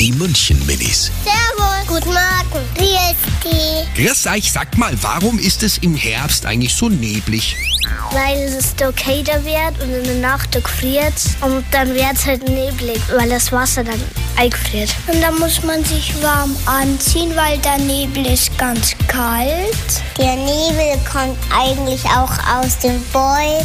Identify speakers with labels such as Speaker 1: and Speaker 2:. Speaker 1: Die München Minis.
Speaker 2: Servus. Guten Morgen. Wie ist die?
Speaker 1: Grüß euch, sag mal, warum ist es im Herbst eigentlich so neblig?
Speaker 2: Weil es doch kälter wird und in der Nacht friert und dann wird es halt neblig, weil das Wasser dann eingefriert. Und dann muss man sich warm anziehen, weil der Nebel ist ganz kalt. Der Nebel kommt eigentlich auch aus den Bäumen